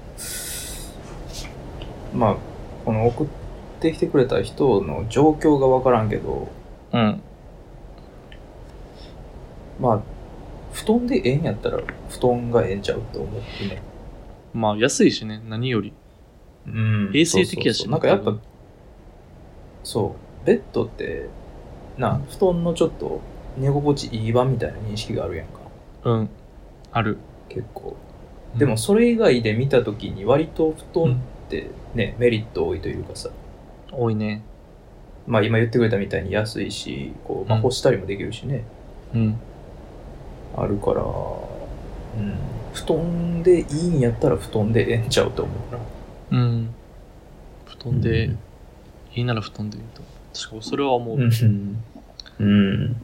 まあこの送ってきてくれた人の状況が分からんけどうん。まあ布団でええんやったら布団がええんちゃうと思ってねまあ安いしね、何より。うん衛生的やしそうそうそうなんかやっ多ぱ分そうベッドってな布団のちょっと寝心地いい版みたいな認識があるやんかうん。ある。結構でも、それ以外で見た時に割と布団ってね、メリット多いというかさ多いね。まあ今言ってくれたみたいに安いしこう、まあ、うん干したりもできるしね、うん。あるから、うん、布団でいいんやったら布団でええんちゃうと思うなうん。布団で、うんいいなら布団で言うと。確かにそれは思う。うん、うん、うん、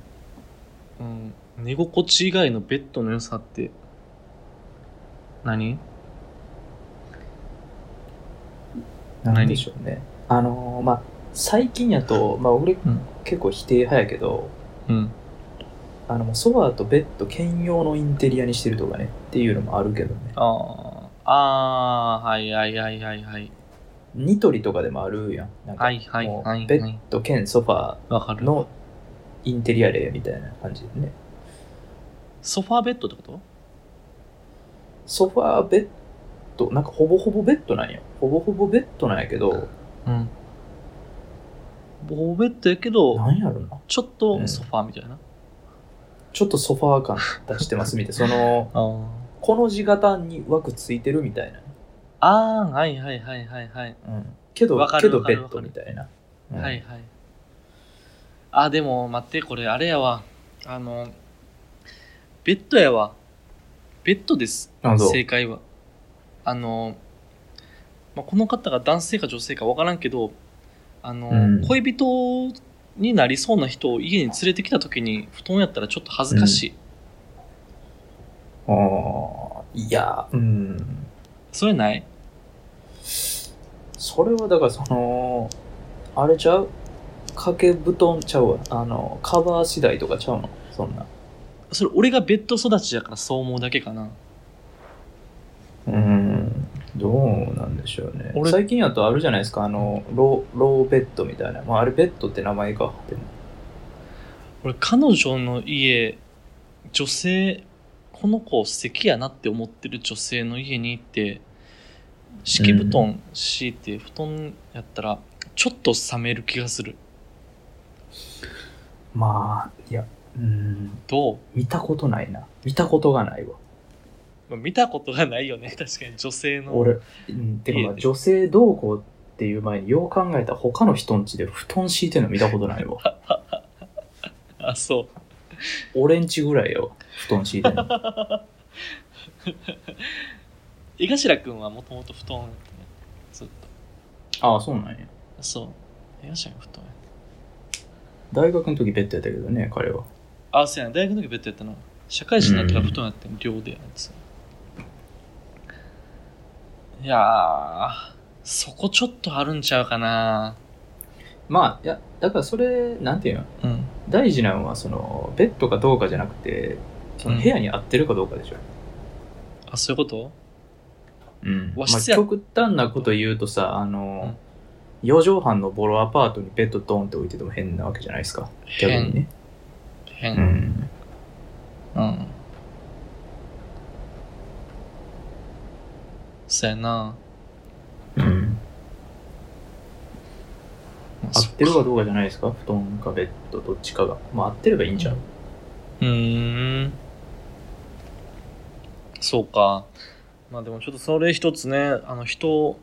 寝心地以外のベッドの良さって何なんでしょうねあのーまあ最近やと、まあ、俺、ん結構否定派やけどうんあのもうソファーとベッド兼用のインテリアにしてるとかねっていうのもあるけどねあーあーはいはいはいはいはいニトリとかでもあるやんなんかはいはいもうはいベはッいド兼ソファわかーるのインテリア例みたいな感じでねソファーベッドってことソファーベッドなんかほぼほぼベッドなんやほぼほぼベッドなんやけどうんボーベッドやけどなんやろなちょっとソファーみたいな、ちょっとソファー感出してますみたいなそのこの字型に枠ついてるみたいな、ああーはいはいはいはいはい、うん、けどわかるけどわかベるッドみたいな、うんはいはいあでも待ってこれあれやわあのベッドやわベッドですなるほど正解はあの、まあ、この方が男性か女性か分からんけどあの、うん恋人になりそうな人を家に連れてきた時に布団やったらちょっと恥ずかしい、あーいやうんそれないそれはだからそのあれちゃう掛け布団ちゃうわあのカバー次第とかちゃうのそんなそれ俺がベッド育ちだからそう思うだけかなうんどうなんでしょうね俺最近やとあるじゃないですかあのローローベッドみたいな、まあ、あれベッドって名前かでも俺彼女の家女性この子素敵やなって思ってる女性の家に行って敷布団敷いて布団やったらちょっと冷める気がするまあいやうんどう見たことないな見たことがないわまあ見たことがないよね 確かに女性の俺、うん、てかいいまよあね女性同行っていう前によう考えたら他の人ん家で布団敷いてるの見たことな いわあそう俺ん家ぐらいよ布団敷いて るの江頭君はもともと布団やったねずっとああそうなんやあそう江頭君布団やっ大学の時ベッドやったけどね彼はたあそうやね大学の時ベッドやったの社会人になってから布団やってん寮でやついやーそこちょっとあるんちゃうかなまあいやだからそれなんていうのうん大事なのはそのベッドかどうかじゃなくてその部屋に合ってるかどうかでしょ、あ、そういうことうんま和あ、室や極端なこと言うとさあの、4畳半のボロアパートにベッドドーンって置いてても変なわけじゃないですか逆にね、変。う変ん、うん。そやな。うん、まあ合そってるかどうかじゃないですか布団かベッドどっちかがまあ合ってればいいんちゃううーん。そうか。まあでもちょっとそれ一つね、あの人、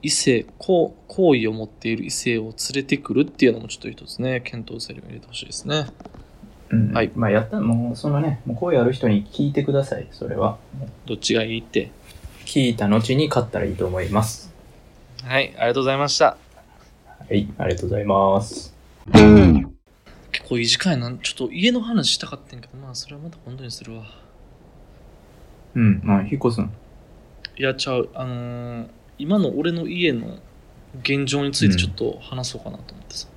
異性、好好意を持っている異性を連れてくるっていうのもちょっと一つね、検討材料に入れてほしいですね。うんはいまあやったらもうそのねもう声ある人に聞いてくださいそれはどっちがいいって。聞いた後に買ったらいいと思いますはい、ありがとうございました。はいありがとうございます結構いい時間やな。ちょっと家の話したかったんやけど、まあそれはまた今度にするわ。うんまあ引っ越すんいや、ちゃう。あのー今の俺の家の現状についてちょっと話そうかなと思ってさ。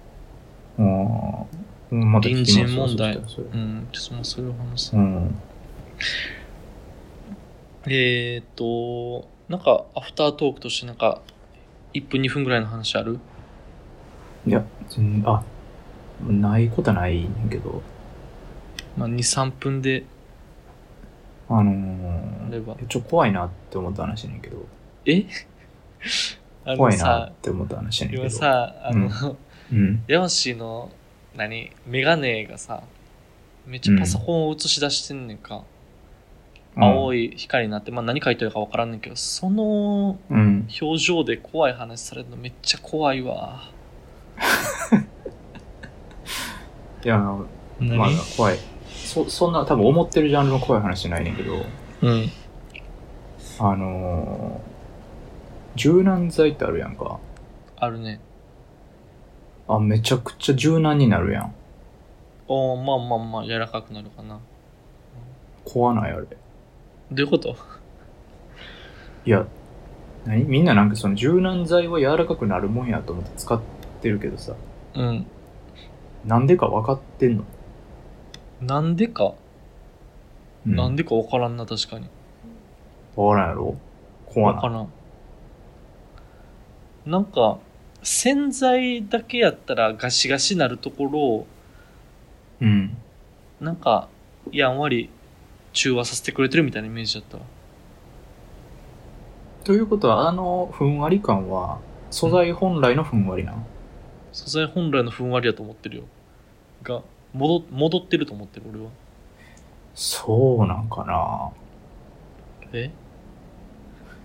あーうんまた聞きます隣人問題そしたらそれうん、ちょっとまあそういう話さ。うんえーっと、なんか、アフタートークとして、なんか、1分、2分ぐらいの話あるいや全あないことはないねんけどまあ、2、3分であのあれー、ば。ちょ怖いなって思った話やねんけどえ あ怖のいなさっ、て思った話やねんけ今どさ、あの、うんヤマシの、何、メガネがさ、めっちゃパソコンを映し出してんねんか。青いい光になって、まあ何書いてるかわからんねんけど、そのうん表情で怖い話されるのめっちゃ怖いわ。いや何、まあ怖いそそんな多分思ってるジャンルの怖い話じゃないねんけどうん。あのー、柔軟剤ってあるやんかあるね。あめちゃくちゃ柔軟になるやんおーまあまあまあ、柔らかくなるかな。怖ないあれどういうこといや何みんななんかその柔軟剤は柔らかくなるもんやと思って使ってるけどさうん。なんでか分かってんの、なんでか、うなんでかわからんな、確かに。分からんやろ怖わなかいらん。なんか、洗剤だけやったらガシガシなるところを、うんなんか、やんわり中和させてくれてるみたいなイメージだったわ。ということはあのふんわり感は素材本来のふんわりなん素材本来のふんわりやと思ってるよ。が、戻戻ってると思ってる、俺は。そうなんかなえ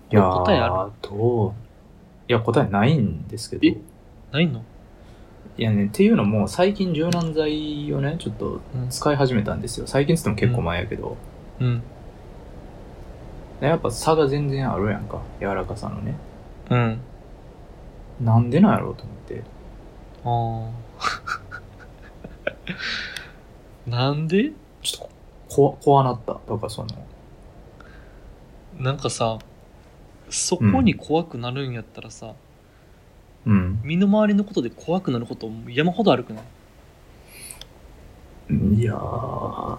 いやー答えあどういや答えないんですけどえないのいやね、っていうのも、最近柔軟剤をね、ちょっとうん使い始めたんですよ。最近っつっても結構前やけど、うん。ねやっぱ差が全然あるやんか、柔らかさのね。うん。なんでなんやろうと思って。ああ。 なんでちょっとこ、こ怖なった。とか、その、なんかさ、そこに怖くなるんやったらさ、うん。身の回りのことで怖くなること山ほどあるくないいやー、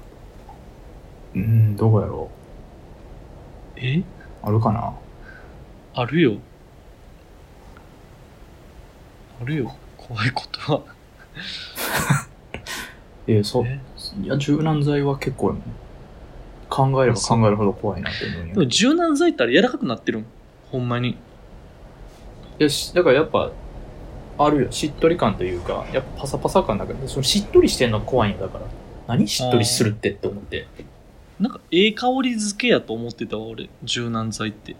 うん、どこやろえう。あるかなあるよ。あるよ。怖いことは。え、そう。えいや、柔軟剤は結構、考えれば考えるほど怖いなって思うんやでも柔軟剤ってあれ柔らかくなってるん。ほんまに。いやしだからやっぱあるよしっとり感というかやっぱパサパサ感だけどそのしっとりしてんの怖いんよだから何しっとりするってって思ってなんか、ええ香り付けやと思ってたわ、俺。柔軟剤って。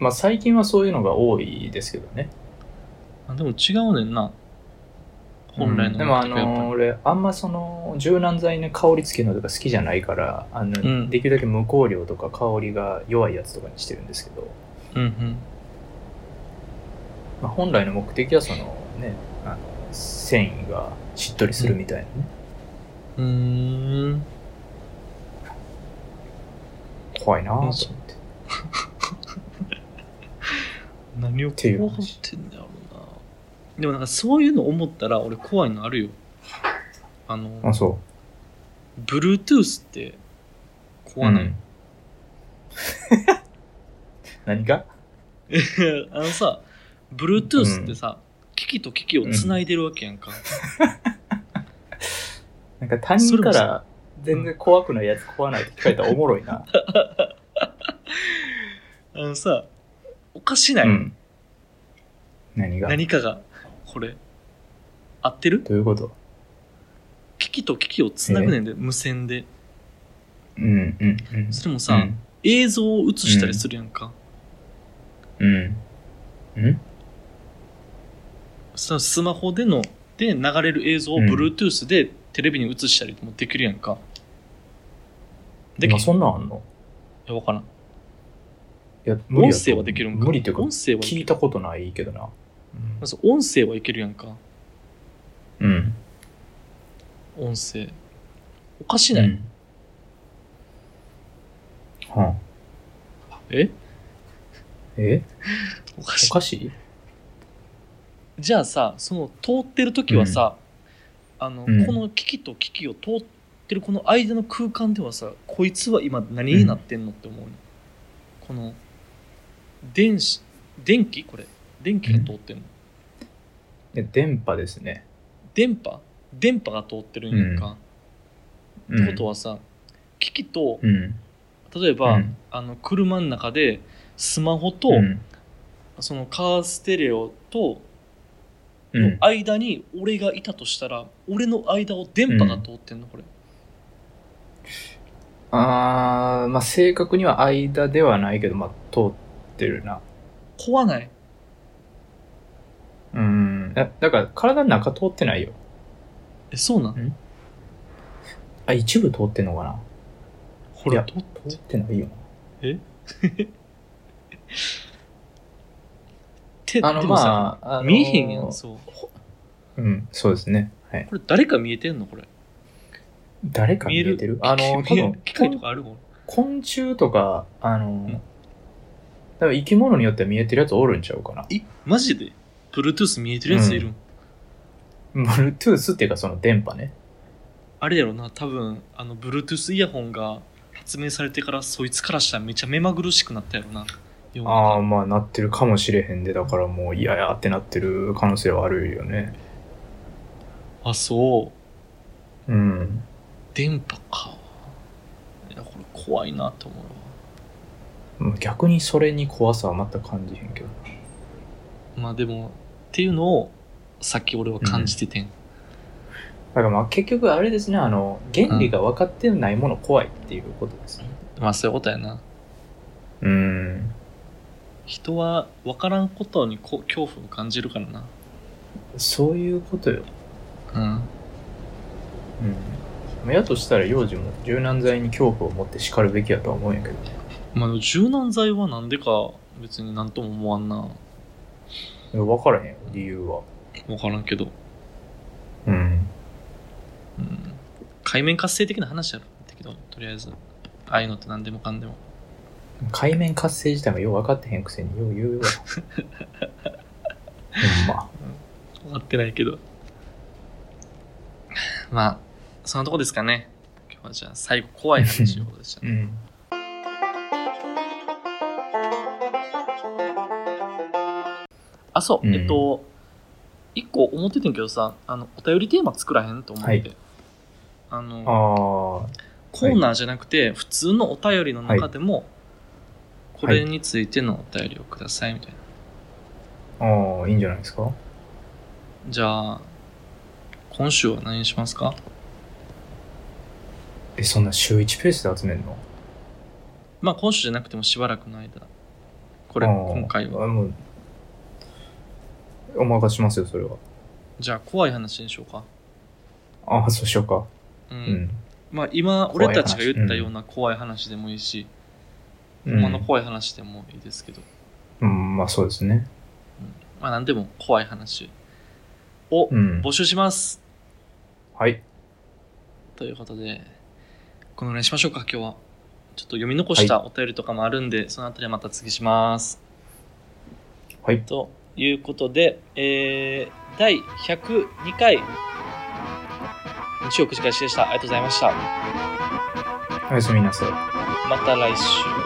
まあ最近はそういうのが多いですけどねあでも違うねんな。本来うんのでもあ目的はやっぱりの俺あんまその柔軟剤の香りつけるのとか好きじゃないからあの、うんできるだけ無香料とか香りが弱いやつとかにしてるんですけど、うんうん。まあ、本来の目的はそのねあの繊維がしっとりするみたいなね、うーん。怖いなぁと思って、何をていう怖がっ話てんだろうな。でもなんかそういうの思ったら俺怖いのあるよ。あの、あ、そ Bluetooth ってう。怖ない、うん 何が あのさ、Bluetooth ってさ、機器と機器をつないでるわけやんか。なんか他人から全然怖くないやつ怖ないって聞かれたらおも ろいな。あのさ、おかしない、うん。何が何かが、これ、合ってるどういうこと機器と機器をつなぐねんで、無線で。うんうんうん。それもさ、うん映像を映したりするやんか。うん。うんそのスマホでの、で流れる映像をうん Bluetooth でテレビに映したりもできるやんか。でき今そんなんあんのいやわからん。いや、無音理やと声思うはできるんか。無理っていうか音、声はい聞けいる。たことないけどな。まず音声はいけるやんか。うん。音声。おかしない、うんはあええおかおしいかしいじゃあさその通ってる時はさ、あのうんこの機器と機器を通ってるこの間の空間ではさこいつは今何になってんのって思うの、この電子電気これ電気が通ってんの、いや電波ですね。電波電波が通ってるんやんか、うんってことはさ機器とうん。例えば、うんあの車の中でスマホと、うんそのカーステレオとうのん間に俺がいたとしたら、俺の間を電波が通ってんのこれあー、まあ正確には間ではないけど、まあ通ってるな。怖ないうん。だだから体の中通ってないよ。えそうなんあ、一部通ってんのかなほいらや通ってないよな。手あの、でもさ、まあ、あのー見えへんやんそううん、そうですね。はい。これ誰か見えてんのこれ誰か見えてるあの、多 見える分、機械とかあるもん昆虫とか、あの、ん多分生き物によっては見えてるやつおるんちゃうかな。えマジで Bluetooth 見えてるやついるん、 Bluetooth っていうかその電波ね。あれやろな多分あの Bluetooth イヤホンが発明されてからそいつからしたらめっちゃ目まぐるしくなったやろな世のああ、中まあなってるかもしれへんで、だからもう嫌やってなってる可能性はあるよね。あそううん。電波かいやこれ怖いなと思うわまあ逆にそれに怖さは全く感じへんけど。まあでもっていうのをさっき俺は感じててん、だからまあ結局あれですね、あの、原理が分かってないもの怖いっていうことですね。まあそういうことやなうん。人は分からんことにこ恐怖を感じるからなそういうことよ。うんうんまあ。やとしたら幼児も柔軟剤に恐怖を持って叱るべきやとは思うんやけど。まあでも柔軟剤はなんでか別になんとも思わんな分からへんよ理由は。分からんけど、うん。うん、海面活性的な話やろだけどとりあえずああいうのって何でもかんでも海面活性自体もよう分かってへんくせによう言 うわ。ほんま。分かってないけど まあそんなとこですかね今日はじゃあ最後怖い話 ということでしたうねん。あそう、うんえっと一個思っててんけどさあのお便りテーマ作らへんと思って、はいあのああ。コーナーじゃなくて、普通のお便りの中でも、これについてのお便りをくださいみたいな。ああ、いいんじゃないですかじゃあ、今週は何にしますかえ、そんな週1ペースで集めんのまあ今週じゃなくてもしばらくの間。ここれ、今回は。もうお任せしますよ、それは。じゃあ怖い話にしようか。ああ、そうしようか。うん。うん。まあ今、怖俺い話たちが言ったような怖い話でもいいし、うほ、んんまの怖い話でもいいですけど、うん、まあそうですね。まあ何でも怖い話をうん募。集します、はい。ということで、このぐらいにしましょうか、今日は。ちょっと読み残したお便りとかもあるんで、そのあたりはまた次します。はい。ということで、えー、第102回、日曜くじ返しでした。ありがとうございました。おやすみなさい。また来週。